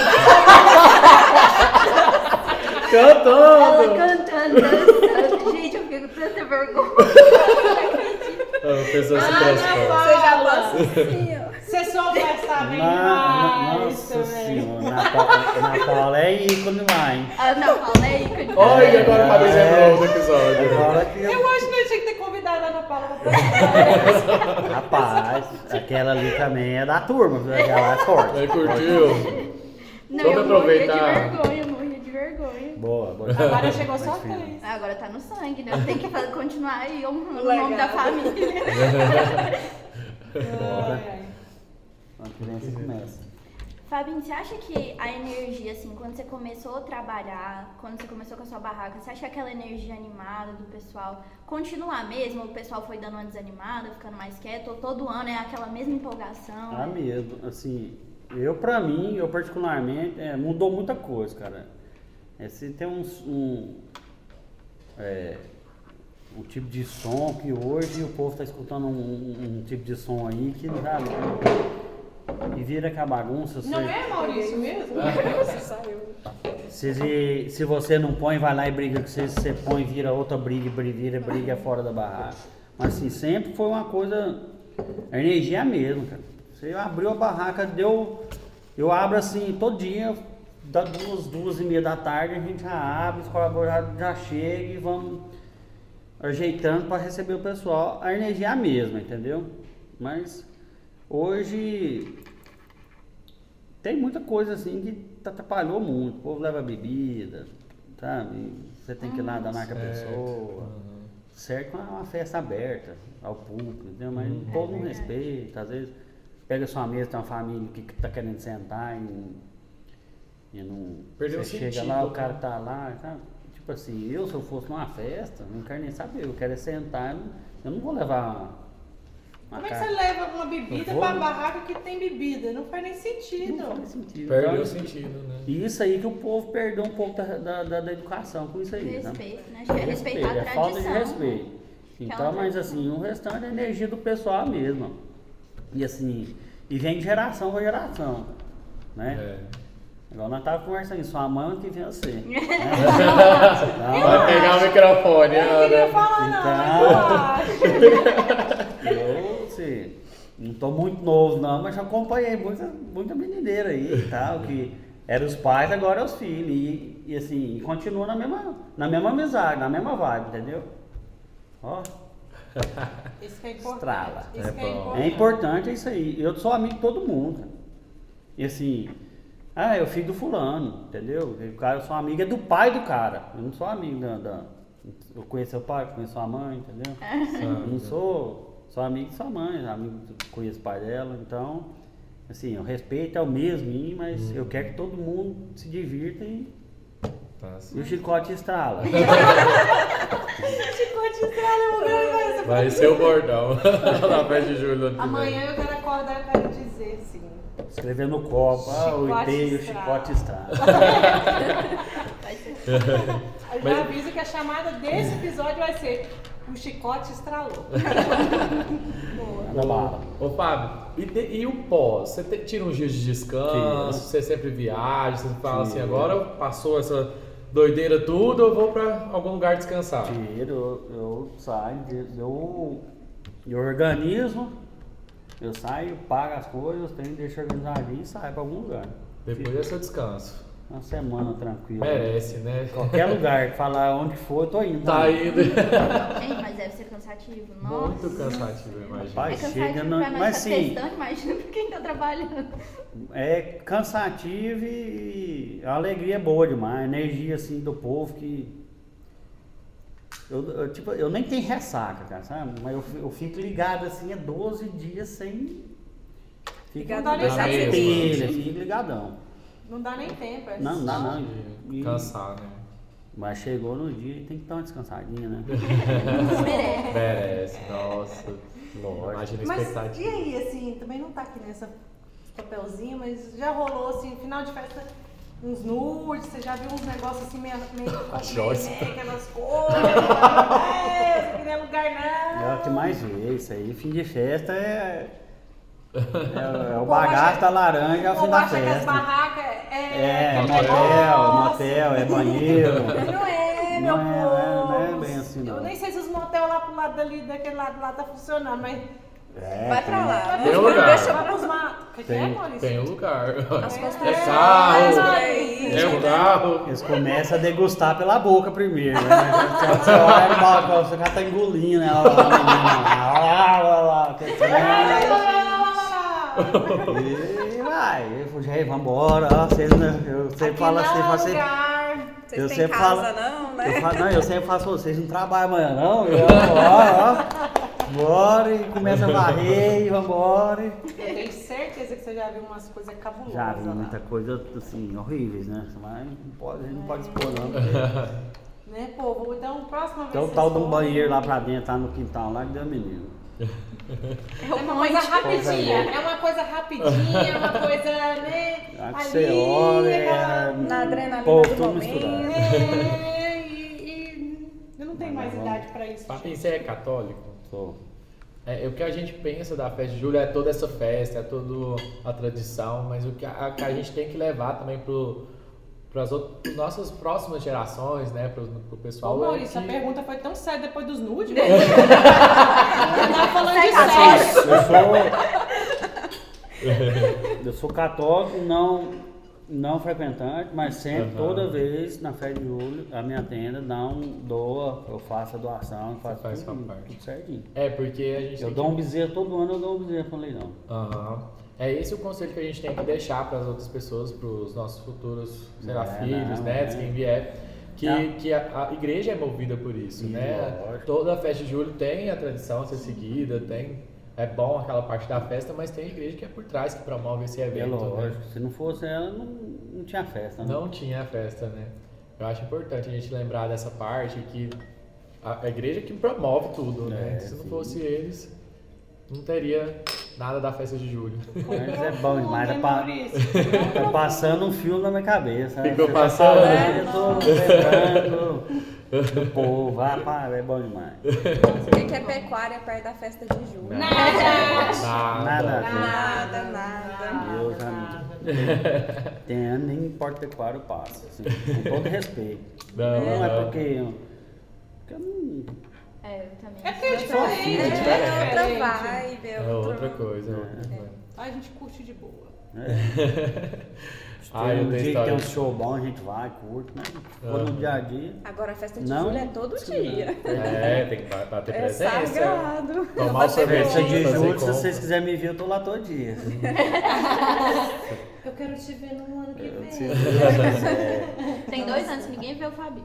S4: Cantando!
S6: cantando, dançando. Gente, eu fico com tanta vergonha.
S4: Ah, a pessoa se
S2: Ah,
S6: é
S4: transforma.
S5: Você já passa assim, ó.
S2: Você souber saber
S3: Na- na-
S2: demais
S3: nossa
S2: também.
S3: senhora, Natal, Natal é ícone lá, hein?
S6: Ana Paula é ícone.
S4: Olha, e agora o Fabrício
S3: É.
S4: é do episódio.
S3: Agora que
S2: Eu acho que eu tinha que ter convidado a Ana Paula pra
S3: Rapaz, aquela ali também é da turma, viu? Aquela é
S4: Aí
S3: forte.
S4: curtiu?
S6: Não,
S4: Vamos
S6: eu
S4: aproveitar.
S6: morria de vergonha, eu morria de vergonha.
S3: Boa, boa.
S2: Agora chegou só
S3: Mas, filho,
S2: três.
S6: Ah, Agora tá no sangue, né? Tem que fa- continuar aí honrando o
S5: Legal.
S6: nome da família.
S3: é né?
S2: Ai, ai.
S3: Ano que vem você começa.
S6: Fabinho, você acha que a energia, assim, quando você começou a trabalhar, quando você começou com a sua barraca, você acha que aquela energia animada do pessoal continuar mesmo? O pessoal foi dando uma desanimada, ficando mais quieto, ou todo ano é aquela mesma empolgação?
S3: Ah, mesmo. Assim, eu pra mim, eu particularmente, é, mudou muita coisa, cara. É, se tem uns- um, é, um tipo de som que hoje o povo tá escutando um, um- um tipo de som aí que já, e vira com a bagunça.
S2: Não
S3: você-
S2: é, Maurício, mesmo?
S5: Nossa, saiu.
S3: Se, se- se você não põe, vai lá e briga com você. Se você põe, vira outra briga, briga, vira, briga fora da barraca. Mas assim, sempre foi uma coisa. A energia é a mesma, cara. Você abriu a barraca, deu. Eu abro assim todo dia, das duas, duas e meia da tarde, a gente já abre, os colaboradores já chegam e vamos ajeitando para receber o pessoal. A energia é a mesma, entendeu? Mas hoje tem muita coisa assim que tá- atrapalhou muito. O povo leva bebida, sabe? Você tem que ir lá dar marca à pessoa. Certo, é uma festa aberta ao público, entendeu? Mas
S4: Uhum.
S3: o povo
S2: É.
S3: não respeita. Às vezes pega sua mesa, tem uma família que que tá querendo sentar e, e não.
S4: Perdeu
S3: você
S4: o
S3: chega
S4: sentido,
S3: lá, o
S4: né?
S3: cara tá lá, sabe? Tipo assim, eu se eu fosse numa festa, não quero nem saber, eu quero é sentar, eu não- eu não vou levar. uma
S2: Como é que
S3: carta.
S2: você leva uma bebida
S3: Eu vou.
S2: pra barraca que tem bebida? Não faz nem sentido.
S3: Não faz sentido.
S4: Perdeu o
S3: Então,
S4: sentido, né?
S3: e isso aí que o povo perdeu um pouco da, da, da- da educação com isso aí. né?
S6: Respeito, né? Acho que é respeitar a
S3: Respeito,
S6: tradição.
S3: é falta de respeito.
S6: Que é
S3: Então,
S6: uma
S3: mas
S6: tradição.
S3: assim, o restante é a energia do pessoal mesmo. E assim, e vem de geração pra geração.
S4: É.
S3: Né? Igual nós tava conversando, sua mãe que vem você. né? Então,
S4: Ah, Vai pegar o microfone,
S2: Eu não queria
S4: Ana.
S2: falar, não,
S4: então.
S2: mas eu acho.
S3: eu assim, não tô muito novo não, mas já acompanhei muita, muita menineira aí e tal, que eram os pais, agora é os filhos. E, e assim, e continua na mesma, na mesma amizade, na mesma vibe, entendeu? Ó.
S2: Isso que é importante.
S3: Estrala.
S2: Isso que é
S4: É bom.
S2: importante.
S3: É importante isso aí. Eu sou amigo de todo mundo. cara. E assim, ah, eu filho do fulano, entendeu? E O cara, eu sou amigo é do pai do cara. Eu não sou amigo da. da- eu conheço seu pai, conheço sua mãe, entendeu? Eu não sou. Sou amigo de sua mãe, amigo, conheço o pai dela, então. Assim, o respeito é o mesmo, mas eu quero que todo mundo se divirta e,
S4: Tá
S3: e o chicote estrala.
S2: Chicote estrala, eu quero ver essa
S4: Vai ser o bordão na festa de julho ano que vem.
S2: Amanhã eu quero acordar e eu quero dizer, sim.
S3: Escrever no copo, ah, o
S2: Chicote
S3: e-mail,
S2: estrala.
S3: chicote estrala.
S6: Vai vai ser.
S2: Eu
S4: Mas-
S2: já aviso que a chamada desse episódio vai ser O Chicote Estralou.
S3: Na bala.
S4: Ô Fábio, e, te- e o pós? Você te- tira uns dias de descanso,
S3: Tira.
S4: você sempre viaja, você fala assim,
S3: Tira.
S4: agora passou essa doideira tudo, eu vou pra algum lugar descansar.
S3: Tiro, eu, eu saio, de- eu, eu organizo, eu saio, pago as coisas, tenho, deixo organizadinho e saio pra algum lugar.
S4: Depois é seu descanso.
S3: Uma semana tranquila.
S4: Merece, né?
S3: Qualquer lugar, falar onde for, eu tô indo.
S4: Tá
S3: aí.
S4: indo.
S6: Gente, mas deve ser cansativo. Nossa.
S4: Muito cansativo, eu imagino.
S6: É
S3: Rapaz, chega,
S6: cansativo
S3: não-
S6: pra nós
S3: mas
S6: que tá
S3: sim,
S6: testando, imagina pra quem tá trabalhando.
S3: é cansativo e a alegria é boa demais, a energia assim do povo que. Eu, eu, tipo, eu nem tenho ressaca, cara, sabe? Mas eu, fi- eu fico ligado assim há 12 dias sem. Fico
S5: Ligado
S3: na
S5: na
S3: telha,
S4: mesma.
S3: fico ligadão.
S2: Não dá nem tempo. É
S3: Não,
S4: né?
S3: dá
S2: só-
S3: não. E-
S4: Cansar, né?
S3: mas chegou no dia e tem que dar uma descansadinha, né?
S6: Merece.
S4: Merece, nossa. Imagina a
S2: É. Mas e
S4: expectativa.
S2: aí, assim, também não tá aqui nessa papelzinho, mas já rolou assim, final de festa, uns nudes, você já viu uns negócios assim meio, meio,
S4: Joyce.
S2: meio mega nas coisas, é, isso aqui não é lugar
S3: É o que
S2: não.
S3: mais vê, isso aí. Fim de festa é. É, é o bagaço da laranja ao
S2: Ou
S3: fim da
S2: acha que as
S3: festa.
S2: barracas é,
S3: É,
S2: aquele
S3: motel,
S2: negócio.
S3: motel, é banheiro.
S2: Não é,
S3: Não
S2: meu
S3: é,
S2: povo.
S3: não é- não é bem assim, não.
S2: Eu nem sei se os motel lá pro lado dali, daquele lado lá tá funcionando, mas.
S3: É,
S5: Vai pra lá.
S4: Tem
S5: né?
S4: um lugar.
S5: Deixa
S2: Vai pros matos. O que, que é,
S3: Tem-
S2: Maurício?
S4: Tem um lugar. É
S5: construções,
S4: carro,
S5: né?
S4: é um carro.
S3: Eles começam a degustar pela boca primeiro, né? Você olha no balcão, você já tá engolindo ela lá, né, menina. Lá, lá, lá, que que
S2: Lá,
S3: é?
S2: lá, lá, lá, lá, lá.
S3: E vai, eu falei, vambora, ó, vocês não- eu sempre
S2: Aqui
S3: falo
S2: não
S3: assim,
S2: é
S3: eu falo assim,
S2: lugar.
S3: Eu
S5: Vocês têm
S3: sempre
S5: casa,
S3: falo-
S5: não, né?
S3: eu falo, não, eu sempre faço, vocês não trabalham amanhã não, eu, ó, ó, bora e começa a varrer e vambora. e-
S2: Eu tenho certeza que você já viu umas coisas cabulosas.
S3: Já vi
S2: lá.
S3: muita coisa, assim, horríveis, né? Mas não pode, a gente não pode expor não. porque-
S2: Né, povo? Então, próxima vez.
S3: Tem o
S2: vocês
S3: tal de um
S2: vão-
S3: banheiro lá pra dentro, lá no quintal, lá que deu menino.
S2: É uma coisa rapidinha. É uma coisa rapidinha, é uma coisa, né?
S3: Lá que
S2: ali,
S3: você olha,
S2: aquela-
S3: é...
S5: Na adrenalina
S3: povo
S5: do
S3: tudo
S5: momento.
S3: misturado.
S2: É, e, e eu não tenho
S3: Tá
S2: mais idade pra isso.
S4: Fábio,
S2: gente.
S4: você é católico?
S3: Sou.
S4: É, é o que a gente pensa da festa de julho é toda essa festa, é toda a tradição, mas o que a, a que a gente tem que levar também para as nossas próximas gerações, né, para o pessoal.
S2: Ô, Maurício,
S4: é
S2: a
S4: que-
S2: pergunta foi tão séria depois dos nudes. né? Não tá falando de sexo.
S3: Eu sou. eu sou católico, não, não frequentante, mas sempre,
S4: Aham.
S3: toda vez na festa de julho, a minha tenda não doa, eu faço a doação, eu faço
S4: faz
S3: tudo,
S4: sua parte.
S3: tudo certinho.
S4: é, porque a gente
S3: Eu
S4: tem
S3: dou um
S4: que...
S3: bezerro todo ano, eu dou um bezerro pra um leilão.
S4: Aham. É esse o conselho que a gente tem que deixar para as outras pessoas, para os nossos futuros, sei lá,
S3: É,
S4: filhos,
S3: não,
S4: netos,
S3: é.
S4: quem vier, que,
S3: Não.
S4: que a, a igreja é movida por isso,
S3: Sim,
S4: né?
S3: lógico.
S4: Toda festa de julho tem a tradição a ser seguida, tem é bom aquela parte da festa, mas tem a igreja que é por trás que promove esse
S3: É
S4: evento. né?
S3: lógico, se não fosse ela, não, não tinha festa, né?
S4: Não tinha festa, né? Eu acho importante a gente lembrar dessa parte que a a igreja que promove tudo, né?
S3: É,
S4: Se não
S3: sim.
S4: fosse eles, não teria nada da festa de julho.
S3: Mas é bom demais,
S2: Né,
S3: é pra-
S2: Maurício?
S3: Tá passando um filme na minha cabeça.
S4: Ficou
S3: Você
S4: passando?
S3: Tá falando, eu tô lembrando do povo. Ah, pá, é bom demais.
S5: O que que é pecuária perto da festa de julho? É
S2: Nada.
S4: Ah,
S3: Nada
S4: tá.
S3: a ver.
S5: Nada, nada.
S3: Eu já é não- Tem ano, nem importa qual eu passo. assim, com todo respeito.
S4: Não,
S3: Não,
S4: não.
S3: é porque. eu- porque eu não-
S6: É, eu também.
S2: É porque é
S5: Eu tô aqui,
S2: diferente.
S5: né?
S4: diferente.
S5: É outra
S2: vai.
S5: vibe,
S4: É
S5: outro-
S4: outra coisa, é outra coisa.
S2: A gente curte de boa.
S4: Ah, eu
S3: tem um
S4: tenho
S3: dia que tem
S4: história.
S3: um
S4: Ah.
S3: show bom, a gente vai, curte, né? Ou
S4: Aham.
S3: no dia a dia.
S5: Agora a festa de
S3: Não.
S5: julho é todo dia.
S4: É, tem que ba- bater
S5: É
S4: presença.
S5: sagrado.
S4: Tomar o
S3: Festa
S4: sorvetinho, fazer
S3: de julho, É, se
S4: compra.
S3: vocês quiserem me ver, eu tô lá todo dia.
S2: Eu quero te ver no ano que vem.
S3: Se Deus quiser.
S6: Tem dois anos que ninguém vê o Fabi.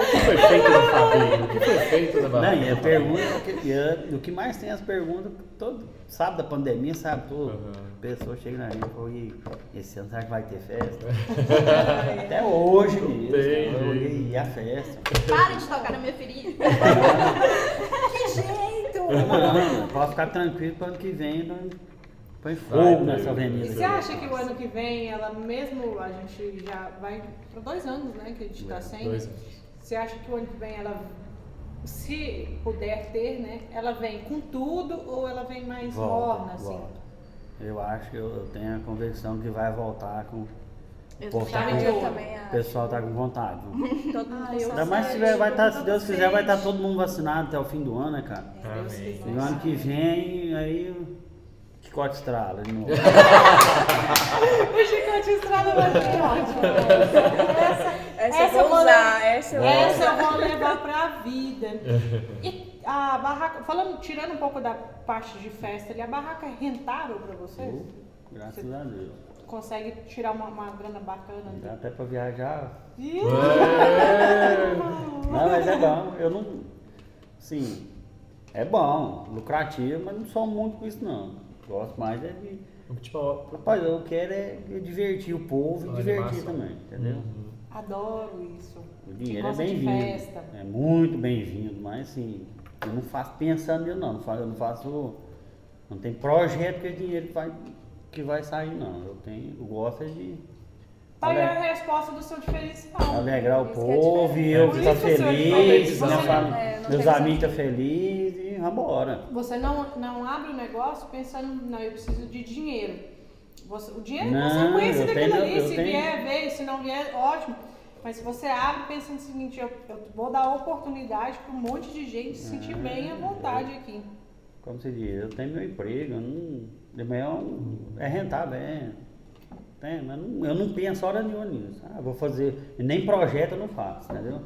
S4: O que foi feito no Fabinho? O que foi feito na
S3: Não, e
S4: barriga?
S3: a pergunta, o que- e a- o que mais tem é as perguntas, todo, sabe da pandemia, sabe tudo.
S4: Uhum.
S3: A pessoa chega na gente e fala, "E esse ano será que vai ter festa? Até hoje mesmo,
S4: tem
S3: eu
S4: jeito.
S3: olhei, e a festa?
S6: Para de tocar na minha ferida.
S5: Que jeito!
S3: Não, não, pode ficar tranquilo para ano que vem, né? não- Põe fogo
S4: Vai,
S3: nessa
S4: meu.
S2: E
S3: avenida.
S2: você
S3: aqui.
S2: acha que o ano que vem, ela mesmo, a gente já vai para dois anos, né, que a gente está sem.
S4: Dois anos.
S2: Você acha que o ano que vem ela, se puder ter, né, ela vem com tudo ou ela vem mais
S3: Volta,
S2: morna, assim?
S3: volta. Eu acho que eu, eu tenho a convicção que vai voltar com.
S6: Eu
S3: Pô,
S6: já
S3: tá
S6: me
S3: bom.
S5: Eu
S6: deu.
S5: também
S3: O
S5: acho.
S3: pessoal tá com vontade. viu?
S5: Todo mundo
S2: Ah, eu
S5: tá
S3: Ainda mais se,
S2: sei,
S3: tiver-
S2: eu
S3: vai
S2: tô
S3: tá,
S2: com
S3: se Deus
S2: tanta
S3: quiser, vai estar
S2: sede.
S3: todo mundo vacinado até o fim do ano, né, cara?
S2: Amém.
S4: Amém.
S3: E no ano que vem, aí. Que corte estrala de novo. é?
S2: O chicote estrada vai ser ótimo.
S3: né?
S5: Essa,
S2: Essa
S5: eu
S2: eu
S5: vou
S2: vou
S5: usar, essa eu vou
S2: Essa
S5: usar.
S2: eu vou levar pra vida. E a barraca, falando, tirando um pouco da parte de festa ali, a barraca é rentável pra vocês?
S3: Uhum. Graças a Deus.
S2: Consegue tirar uma, uma grana bacana?
S3: Dá até pra viajar.
S2: Ih,
S3: Não, mas é bom. Eu não. Sim. É bom, lucrativo, mas não sou muito com isso não. Gosto mais é de.
S4: Tipo,
S3: Rapaz, eu quero é divertir o povo e
S4: Só
S3: divertir
S4: animação. Hum.
S3: também, entendeu?
S2: Adoro isso.
S3: O dinheiro é
S2: Gosta de
S3: bem-vindo.
S2: festa.
S3: É muito bem-vindo, mas assim, eu não faço pensando nele não. Não fa- Eu não faço. Não tem projeto que é dinheiro que vai, que vai sair, não. Eu tenho. Eu gosto é de Tá
S2: Qual é a
S3: ale-
S2: resposta do seu diferencial?
S3: alegrar o
S5: Isso que é
S3: povo e eu
S4: diferente.
S3: que
S2: É.
S3: tá
S2: Por isso, senhor,
S3: feliz,
S4: você
S3: minha
S4: não-
S3: fam-
S5: é, não
S3: meus
S5: tem
S3: amigos tá felizes e vambora.
S2: Você não, não abre o negócio pensando, não, eu preciso de dinheiro. Você- o dinheiro é
S3: Não,
S2: consequência
S3: eu
S2: daquilo
S3: tenho-
S2: ali.
S3: eu
S2: Se
S3: tenho-
S2: vier, veio. Se não vier, ótimo. Mas se você abre pensando o seguinte, eu, eu vou dar oportunidade para um monte de gente se sentir bem à
S3: É.
S2: vontade aqui.
S3: Como se diz, eu tenho meu emprego, eu não, de manhã eu- é rentável, é. Tem, mas não- eu não penso hora nenhuma nisso. Ah, vou fazer, nem projeto eu não faço, entendeu?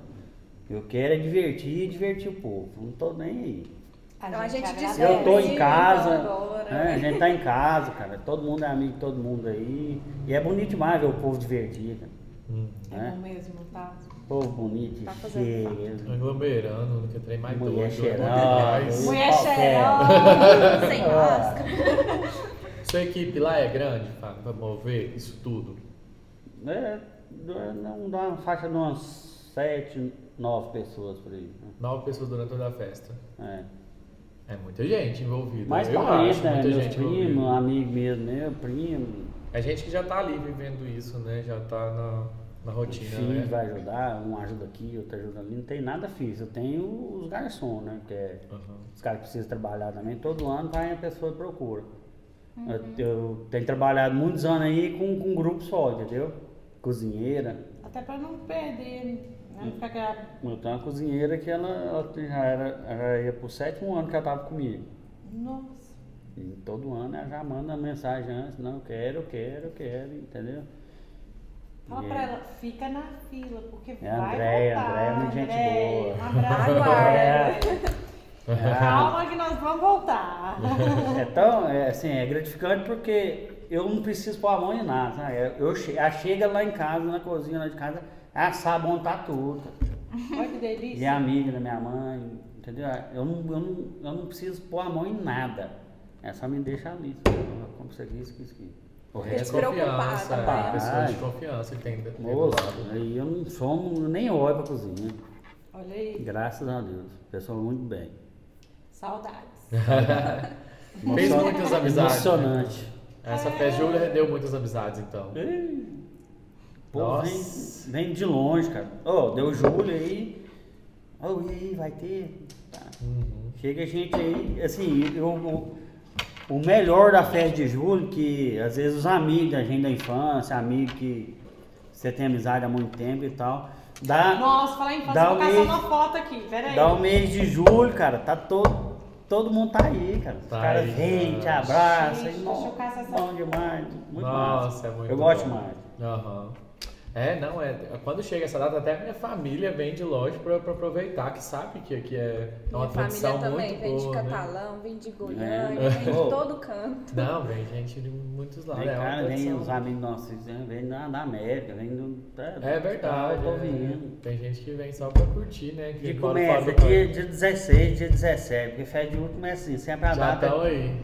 S3: Eu quero é divertir e divertir o povo, não tô nem aí.
S5: Então a gente
S2: agradece.
S5: descobre.
S3: Eu tô em
S5: Sim,
S3: casa,
S5: então agora.
S3: né, a gente tá em casa, cara, todo mundo é amigo de todo mundo aí. E é bonito demais ver o povo divertido,
S4: Hum,
S2: É
S3: né?
S2: bom mesmo, tá?
S3: Povo bonito,
S5: Tá fazendo
S3: cheio,
S4: aglomerando, não quer trem mais
S3: mulher
S4: doido, né?
S3: cheirosa.
S4: Mas
S5: Mulher
S3: qualquer.
S5: cheirosa.
S6: Sem máscara.
S4: Sua equipe lá é grande, Fábio, pra mover isso tudo.
S3: É, dá- não dá uma faixa de umas sete, nove pessoas por aí. né?
S4: Nove pessoas durante toda a festa.
S3: É.
S4: É muita gente envolvida.
S3: Mais
S4: Então, eu
S3: parente,
S4: acho,
S3: né?
S4: muita
S3: Meus
S4: gente
S3: primos,
S4: envolvida.
S3: amigo mesmo, meu primo,
S4: É gente que já tá ali vivendo isso, né? Já tá na, na rotina,
S3: filho
S4: né?
S3: vai ajudar, um ajuda aqui, outro ajuda ali. Não tem nada fixo. Eu tenho os garçons, né? Que é,
S4: Aham.
S3: os caras que precisam trabalhar também. Todo ano vai a pessoa e procura.
S2: Uhum.
S3: Eu, eu tenho trabalhado muitos anos aí com, com um grupo só, entendeu? Cozinheira.
S2: Até para não perder, né? Não ficar aquela...
S3: Eu tenho uma cozinheira que ela, ela já, era, já ia pro sétimo ano que ela tava comigo.
S2: Nossa.
S3: E todo ano ela já manda mensagem antes, não, eu quero, eu quero, eu quero, entendeu?
S2: Fala
S3: E
S2: pra ela, fica na fila, porque
S3: É
S2: vai
S3: Andréia,
S2: voltar.
S3: Andréia é muito gente
S2: Andréia.
S3: boa.
S2: Um abraço,
S5: Aguarda.
S2: Andréia.
S3: é,
S2: Calma que nós vamos voltar.
S3: é tão, é, assim, é gratificante porque eu não preciso pôr a mão em nada, sabe? Eu, eu che- ela chega lá em casa, na cozinha lá de casa, ela sabe montar tudo.
S2: Olha que delícia.
S3: E é amiga da minha mãe, entendeu? Ah, Eu não, eu, não, eu não preciso pôr a mão em nada. Ela só me deixa ali, sabe? Ela compra isso aqui, isso aqui, isso aqui. O
S4: É
S3: resto,
S4: confiança,
S5: despreocupada,
S4: é.
S3: né?
S4: Pessoas de confiança que tem tem do
S3: moço, né?
S4: lado.
S3: aí eu não sou, eu nem olho pra cozinha.
S2: Olha aí,
S3: Graças a Deus. Pessoal muito bem.
S2: saudades.
S4: Fez
S3: Emocion-
S4: muitas amizades. né?
S3: Emocionante.
S4: Essa
S5: É.
S4: festa de julho rendeu muitas amizades, então.
S3: Ih, Pô,
S4: Nossa.
S3: vem, vem de longe, cara. Ô, deu julho aí. Ô, e aí, vai ter? Tá.
S4: Uhum.
S3: Chega gente aí, assim, eu, o- o melhor da festa de julho, que às vezes os amigos da gente da infância, amigos que você tem amizade há muito tempo e tal, dá...
S2: Nossa, falar em infância,
S3: Dá
S2: vou
S3: um
S2: caçar
S3: mês.
S2: uma foto aqui, peraí.
S3: Dá um o mês de julho, cara, tá todo. Todo mundo tá aí, cara. Os
S4: Tá
S3: caras
S4: aí,
S3: vêm, te
S4: cara.
S3: abraçam.
S2: Gente,
S3: e,
S2: deixa eu
S3: "Nossa,
S2: caçar essa-
S3: Bom demais. Muito
S4: Nossa,
S3: massa.
S4: é muito
S3: Eu
S4: bom.
S3: gosto mais.
S4: Aham. É, não, é. Quando chega essa data, até a minha família vem de longe pra, pra aproveitar, que sabe que aqui é uma
S5: Minha família
S4: tradição
S5: também
S4: muito
S5: vem de
S4: boa. né?
S5: Catalão, vem de Goiânia,
S3: É.
S5: vem de
S3: Pô.
S5: todo canto.
S4: Não, vem gente de muitos lados.
S3: Vem,
S4: é, uma
S3: cara, vem
S4: tradição.
S3: os amigos nossos, né? vem da, da América, vem do.
S4: é verdade.
S3: Tô
S4: é.
S3: vindo.
S4: Tem gente que vem só pra curtir, né? Que
S3: Que
S4: mora fora
S3: começa
S4: do
S3: dia,
S4: país.
S3: dia 16, dia 17, porque festa de último é assim, sempre a
S4: Já
S3: data.
S4: estão aí.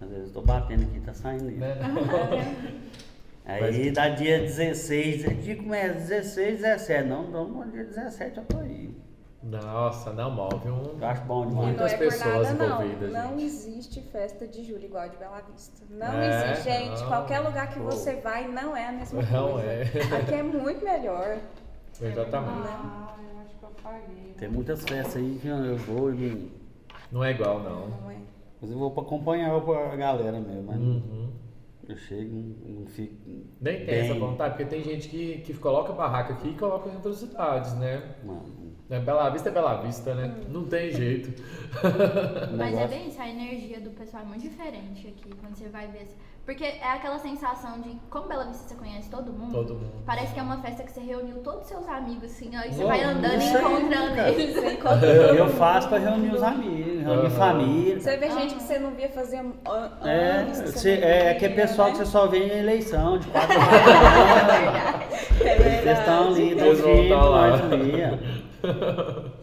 S3: Às vezes eu tô batendo aqui, tá saindo isso.
S4: Né?
S3: Aí dá dia 16, dia começa 16, 17. Não, não, no dia 17 eu tô aí.
S4: Nossa, não move um.
S3: Eu acho bom
S5: E
S3: demais.
S5: não
S4: Muitas
S5: é por
S4: pessoas
S5: nada, não.
S4: envolvidas,
S5: Não
S4: gente.
S5: existe festa de julho igual a de Bela Vista. Não
S4: É,
S5: existe, gente.
S4: não.
S5: Qualquer lugar que
S3: Pô.
S5: você vai não é a mesma
S4: Não
S5: coisa.
S4: é.
S5: Aqui é muito melhor.
S4: Exatamente.
S2: Ah, eu acho que eu apaguei.
S3: Tem muitas festas aí que eu vou e não.
S4: Não é igual, não.
S5: Não é?
S3: Mas eu vou pra acompanhar a galera mesmo, mas não-
S4: Uhum.
S3: eu chego e não fico.
S4: Nem tem
S3: bem.
S4: essa vontade, porque tem gente que, que coloca barraca aqui e coloca em outras cidades, né?
S3: Mano,
S4: É Bela Vista é Bela Vista, né?
S5: Hum.
S4: Não tem jeito.
S3: o
S6: Mas é
S3: negócio-
S6: bem isso, a energia do pessoal é muito diferente aqui, quando você vai ver. Porque é aquela sensação de, como Bela Vista você conhece todo mundo,
S4: Todo mundo.
S6: parece que é uma festa que você reuniu todos os seus amigos, assim, ó, e você
S3: Oh,
S6: vai andando e
S3: isso aí,
S6: encontrando
S3: cara.
S6: eles. assim,
S3: Eu faço pra reunir os amigos, reunir
S4: Aham.
S3: família.
S5: Você vê gente que você não via fazer an- anos.
S2: Ah,
S3: É,
S5: que você
S3: cê-
S5: não
S3: é
S5: via,
S3: aquele pessoal
S5: né?
S3: que você só vê em eleição, de quatro anos.
S5: É
S3: Eles estão
S5: verdade.
S3: ali, dão
S4: Eles vão
S3: fim,
S4: tá lá.
S3: nós família.
S6: Eu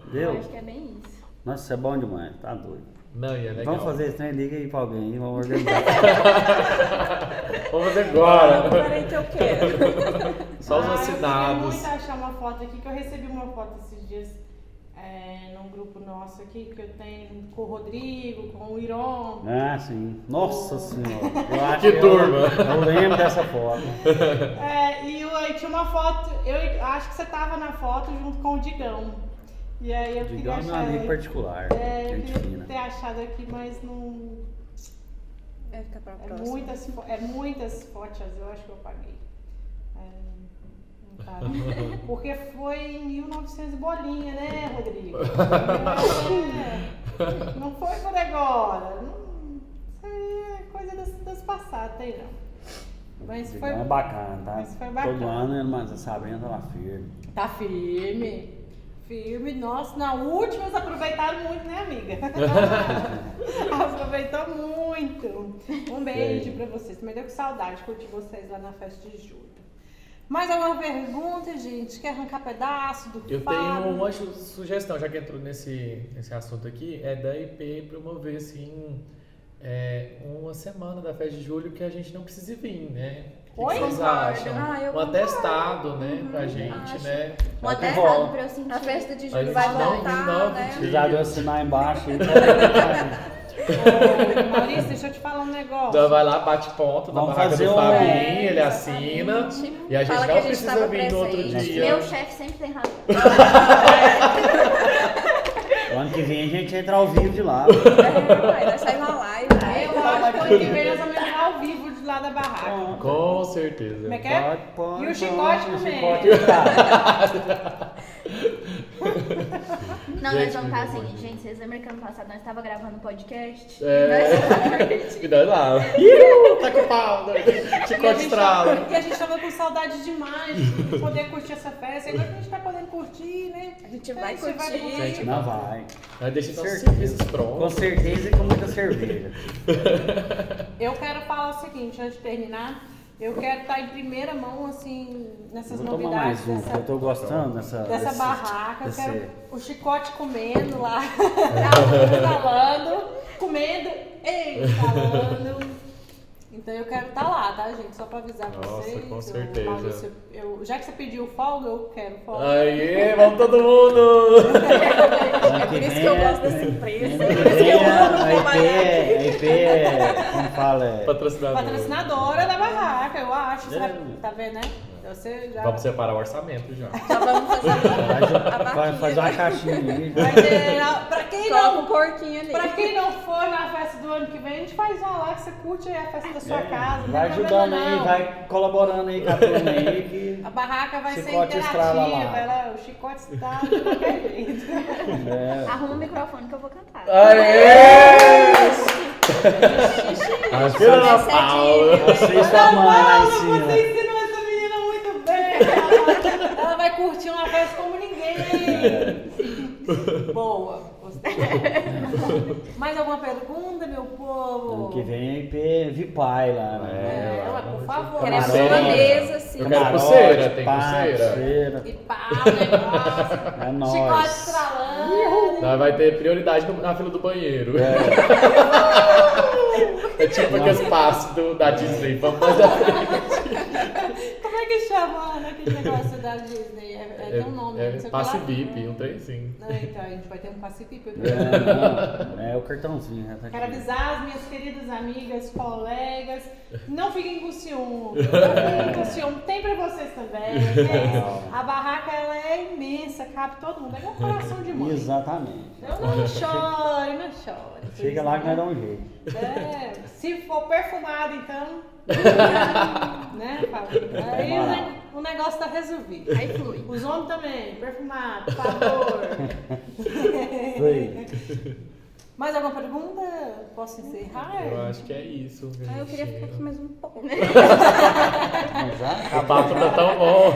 S3: Entendeu?
S6: acho que é bem isso.
S3: Nossa, isso é bom demais, tá doido.
S4: Não, e é legal.
S3: Vamos fazer esse trem, liga aí pra alguém, aí, vamos organizar.
S4: Vamos fazer
S5: Não,
S4: agora.
S5: peraí que eu quero.
S4: Só os
S2: Ah, Eu
S4: assinados.
S2: queria muito achar uma foto aqui, que eu recebi uma foto esses dias é, num grupo nosso aqui, que eu tenho com o Rodrigo, com o Iron.
S3: Ah, sim. Nossa senhora. Eu acho
S4: Que
S3: eu-
S4: turma.
S3: Eu, lembro dessa foto.
S2: É, e eu, aí tinha uma foto, eu acho que você tava na foto junto com o Digão. E aí eu queria
S3: Digão é meu
S2: achar.
S3: amigo particular.
S2: é, eu
S3: gente
S2: queria
S3: fina.
S2: ter achado aqui, mas não.
S5: Vai ficar pra
S2: É
S5: próxima.
S2: muitas, fo- é muitas fotos, eu acho que eu paguei. É, não tá, não. Porque foi em 1900 e bolinha, né, Rodrigo? É, não foi por agora. Não, isso aí é coisa das, das passadas aí, não. Mas
S3: Digão
S2: foi.
S3: é bacana, tá?
S2: mas foi bacana.
S3: Todo ano, mas a Sabrina tá lá firme.
S2: Tá firme. Firme, nossa, na última eles aproveitaram muito, né, amiga? Aproveitou muito. Um beijo
S3: Sim.
S2: pra vocês. Me deu com saudade de curtir vocês lá na festa de julho. Mais alguma pergunta, gente? Quer arrancar pedaço do
S4: Eu
S2: Fábio?
S4: tenho uma su- sugestão, já que entrou nesse, nesse assunto aqui, é da IP promover assim é, uma semana da festa de julho que a gente não precise vir, né? O que
S2: Oi?
S4: que vocês acham?
S5: Ah, eu
S4: um
S5: concordo. Uhum.
S4: atestado, né, pra gente,
S5: acho.
S4: né?
S6: Um
S3: Vai que
S6: atestado
S3: rola.
S6: pra eu sentir.
S5: A festa de
S4: A
S5: julho
S4: gente
S5: vai
S4: não-
S5: voltar,
S4: não-
S5: né?
S3: Precisar de eu assinar embaixo. aí, tá?
S2: Ô, Maurício, deixa eu te falar um negócio.
S4: Então vai lá, bate ponto na
S3: Vamos
S4: barraca
S3: fazer
S4: do
S3: um-
S4: Fabinho,
S5: É,
S4: ele assina.
S5: exatamente.
S4: E a gente
S5: Fala que
S4: não
S5: a gente
S4: precisa
S5: tava
S4: vir no outro
S5: presente.
S4: dia.
S6: Meu chefe sempre tem razão.
S3: O ano que vem a gente entra ao vivo de lá.
S5: É, vai, nós saímos uma live. né?
S2: Eu acho que foi primeiro examinar ao vivo de lá da barraca.
S4: Com certeza.
S2: Como é que é?
S3: Pode, pode,
S2: E o
S3: pode,
S2: chicote
S3: o
S2: também.
S3: chicote tá.
S4: Gente,
S6: Não, nós vamos estar
S4: pelo amor
S6: assim,
S4: de
S6: gente, vocês lembram que ano passado nós tava gravando podcast?
S4: É. Me dá lá. Iu, tá com o pau. né?
S2: E a
S4: Chicote
S2: gente tá
S4: estrala.
S2: tava- E a gente tava com saudade demais de poder curtir essa festa. E agora que a gente tá podendo curtir, né?
S5: A gente vai curtir.
S4: Gente,
S3: Não vai.
S4: Aí deixa então os
S3: Certeza.
S4: serviços
S3: Com
S4: prontos.
S3: certeza e com muita cerveja.
S2: Eu quero falar o seguinte, antes de terminar, eu quero estar em primeira mão, assim, nessas
S3: Vou tomar
S2: novidades
S3: mais um,
S2: dessa,
S3: porque eu tô gostando dessa.
S2: dessa
S3: desse-
S2: barraca.
S3: desse-
S2: Eu quero o chicote comendo lá,
S3: É.
S2: Tá falando, comendo e falando. Então eu quero estar lá, tá, gente? Só pra avisar
S4: Nossa,
S2: vocês.
S4: com
S2: eu-
S4: certeza.
S2: Maurício, eu- já que você pediu folga, eu quero folga.
S4: Aê, vamos todo mundo!
S3: Ano que
S5: É por isso
S3: vem
S5: que eu
S3: é-
S5: gosto dessa empresa.
S3: Ano que vem é- a IP, é- a IP, é- como fala? é-
S4: Patrocinador.
S2: Patrocinadora da barraca, eu acho. Você
S3: É.
S2: vai- tá vendo, né? Você já.
S4: Vamos separar o orçamento já.
S5: Já vamos fazer
S3: Faz, um-
S5: a
S3: faz- faz uma
S5: barquinha.
S3: caixinha ali.
S2: Vai ter- pra quem
S5: Coloca
S2: não
S5: um porquinho ali.
S2: Pra quem não for na festa do ano que vem, a gente faz uma lá que você curte aí a festa da sua casa.
S3: É, Vai
S2: não tem problema,
S3: ajudando aí,
S2: não. Tá
S3: vai colaborando aí com a turma aí. Que,
S2: A barraca vai
S3: Chicote
S2: ser
S3: estrala
S2: interativa,
S3: lá.
S2: ela, o chicote está de qualquer jeito.
S3: é,
S6: Arruma o microfone que eu vou cantar.
S5: Ah.
S4: Aê! Ajuda na
S5: Essa é
S4: Paula.
S3: você e
S2: Tá
S3: sua mãe lá em
S2: Você
S3: cima.
S2: ensinou essa menina muito bem. Ela vai curtir uma festa como ninguém. Boa, gostei. Mais alguma pergunta, meu
S3: Ano
S2: povo?
S3: né? que vem é a IP Vipai lá, né?
S2: É, ué, por favor.
S5: Queremos
S3: Camarote.
S5: uma mesa, assim.
S4: Eu quero
S3: Camarote,
S4: pulseira, tem
S3: pá,
S4: pulseira?
S2: E pá, negócio.
S3: É
S2: Chicote
S3: nóis.
S2: estralando.
S4: Nós Vai ter prioridade no- na fila do banheiro. É,
S3: É,
S4: tipo aqueles passos do- da Disney. Vamos fazer
S2: Como é que chama naquele negócio da Disney? É, é, ter um nome.
S4: é,
S2: não sei o que
S4: passe
S2: lá.
S4: bip, um trem sim.
S2: Não, então, a gente vai ter um passe pipa.
S3: É, não, é o cartãozinho, já tá
S2: Quero
S3: aqui.
S2: avisar as minhas queridas amigas, colegas, não fiquem com ciúme. Não fiquem com ciúme, tem pra vocês também. né? A barraca ela é imensa, cabe todo mundo. É igual coração de mãe.
S3: Exatamente.
S2: Então não chore, não chore.
S3: Chega lá que vai
S2: né?
S3: dar um jeito.
S2: É, se for perfumado, então. né, Fábio? Aí o, ne- o negócio tá resolvido.
S6: Aí flui.
S2: Os homens também, perfumado, por favor.
S3: Foi.
S2: Mais alguma pergunta? Posso encerrar?
S4: Eu acho que é isso. que a
S5: Ah, eu
S4: gente
S5: queria
S4: tinha.
S5: ficar aqui mais um pouco.
S3: Mas já
S4: O papo tá tão bom.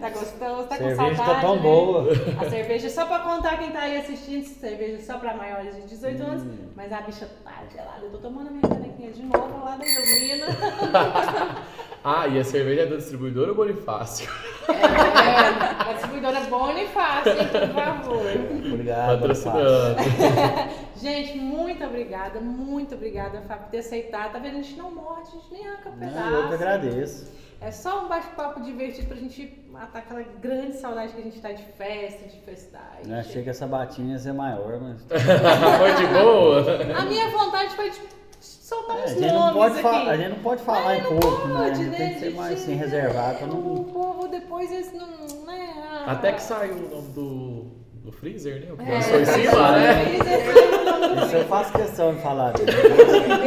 S2: Tá gostoso, tá
S3: a
S2: com
S3: cerveja
S2: saudade.
S3: tá tão
S2: né?
S3: boa.
S2: A cerveja, só pra contar quem tá aí assistindo, cerveja é só pra maiores de 18 anos,
S3: Hum.
S2: mas a bicha tá gelada. Eu tô tomando a minha canequinha de novo lá da Ilumina.
S4: Ah, e a cerveja é do distribuidor ou Bonifácio?
S2: É, a distribuidora Bonifácio, hein, por favor.
S4: É,
S3: Obrigado.
S4: Patrocinando.
S2: Gente, muito obrigada, muito obrigada, Fábio, por ter aceitado. Tá vendo? A gente não morde, a gente nem arranca pedaço.
S3: Não, eu que agradeço.
S2: É só um bate-papo divertido pra gente matar aquela grande saudade que a gente tá de festa, de festar.
S3: Eu achei que Né, essa batinha ia ser maior, mas.
S4: Foi de boa?
S2: A minha vontade foi de soltar
S3: É,
S2: uns
S3: a, gente não pode
S2: nomes
S3: fa-
S2: aqui.
S3: a gente não pode falar em público, né? A
S2: Pode,
S3: gente Tem que ser
S2: gente?
S3: mais assim, reservado pra
S2: O
S3: não.
S2: povo depois eles não. Né? ah,
S4: Até que saiu o nome do, do freezer, né? O que
S2: é,
S4: lançou em cima, né?
S2: eles- eles-
S3: Isso é eu faço questão de falar. né?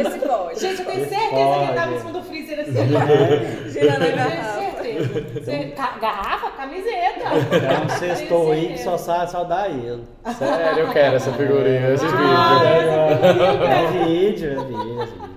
S5: Esse pode.
S2: Gente, eu tenho certeza que ele tá tava em cima do freezer assim.
S5: Girando a
S2: Eu
S5: garrafa.
S2: tenho certeza. Cer- ca- Garrafa, camiseta.
S3: Então, sextou aí que
S2: certeza.
S3: só sai só dá ele.
S4: Sério, eu quero essa figurinha, esse vídeo. né?
S2: Ah,
S3: É vídeo, é vídeo.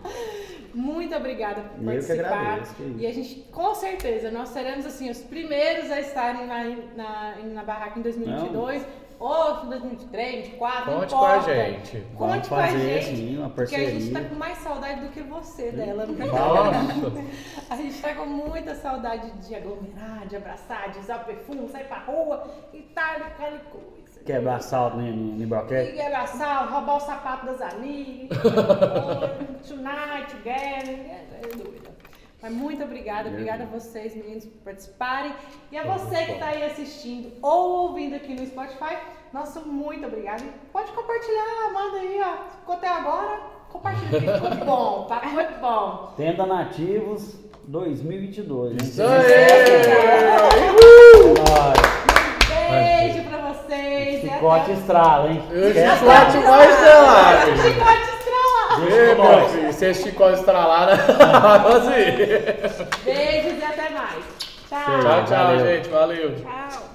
S2: Muito obrigada por
S3: Eu que
S2: participar.
S3: agradeço, que é isso.
S2: e a gente, com certeza, nós seremos assim, os primeiros a estarem na, na, na barraca em 2022, ou em 2023, 2024, não
S4: Conte com a
S2: importa.
S4: gente.
S2: Conte
S3: Vamos
S2: com a
S3: fazer,
S2: gente,
S3: sim, uma
S2: porque a gente tá
S3: parceria. Hum,
S2: com mais saudade do que você dela. né?
S4: Nossa,
S2: A gente tá com muita saudade de aglomerar, de abraçar, de usar perfume, sair pra rua e tal, aquela coisa.
S3: Quebrar salto no, no, no broquete.
S2: E abraçar, roubar o sapato das amigas. Tonight, together. É, é doida. Mas muito obrigada, obrigada a vocês, meninos, por participarem. E a você que está aí assistindo ou ouvindo aqui no Spotify, nosso muito obrigado. E Pode compartilhar, manda aí, ó. Ficou até agora, compartilha, porque ficou bom, tá? Foi bom.
S3: Tenda Nativos 2022. né?
S4: isso aí!
S3: Nossa,
S2: Beijo pra vocês. e até o-
S3: Chicote estrala, hein?
S4: Eu
S3: Esquece
S4: chicote mais gelado!
S2: Chicote estrela.
S4: Ei, meu
S3: nós.
S4: filho, se é chicote estralada, assim.
S2: Beijos e até mais. Tchau.
S4: Tchau, tchau,
S3: Valeu.
S4: gente, valeu.
S6: Tchau.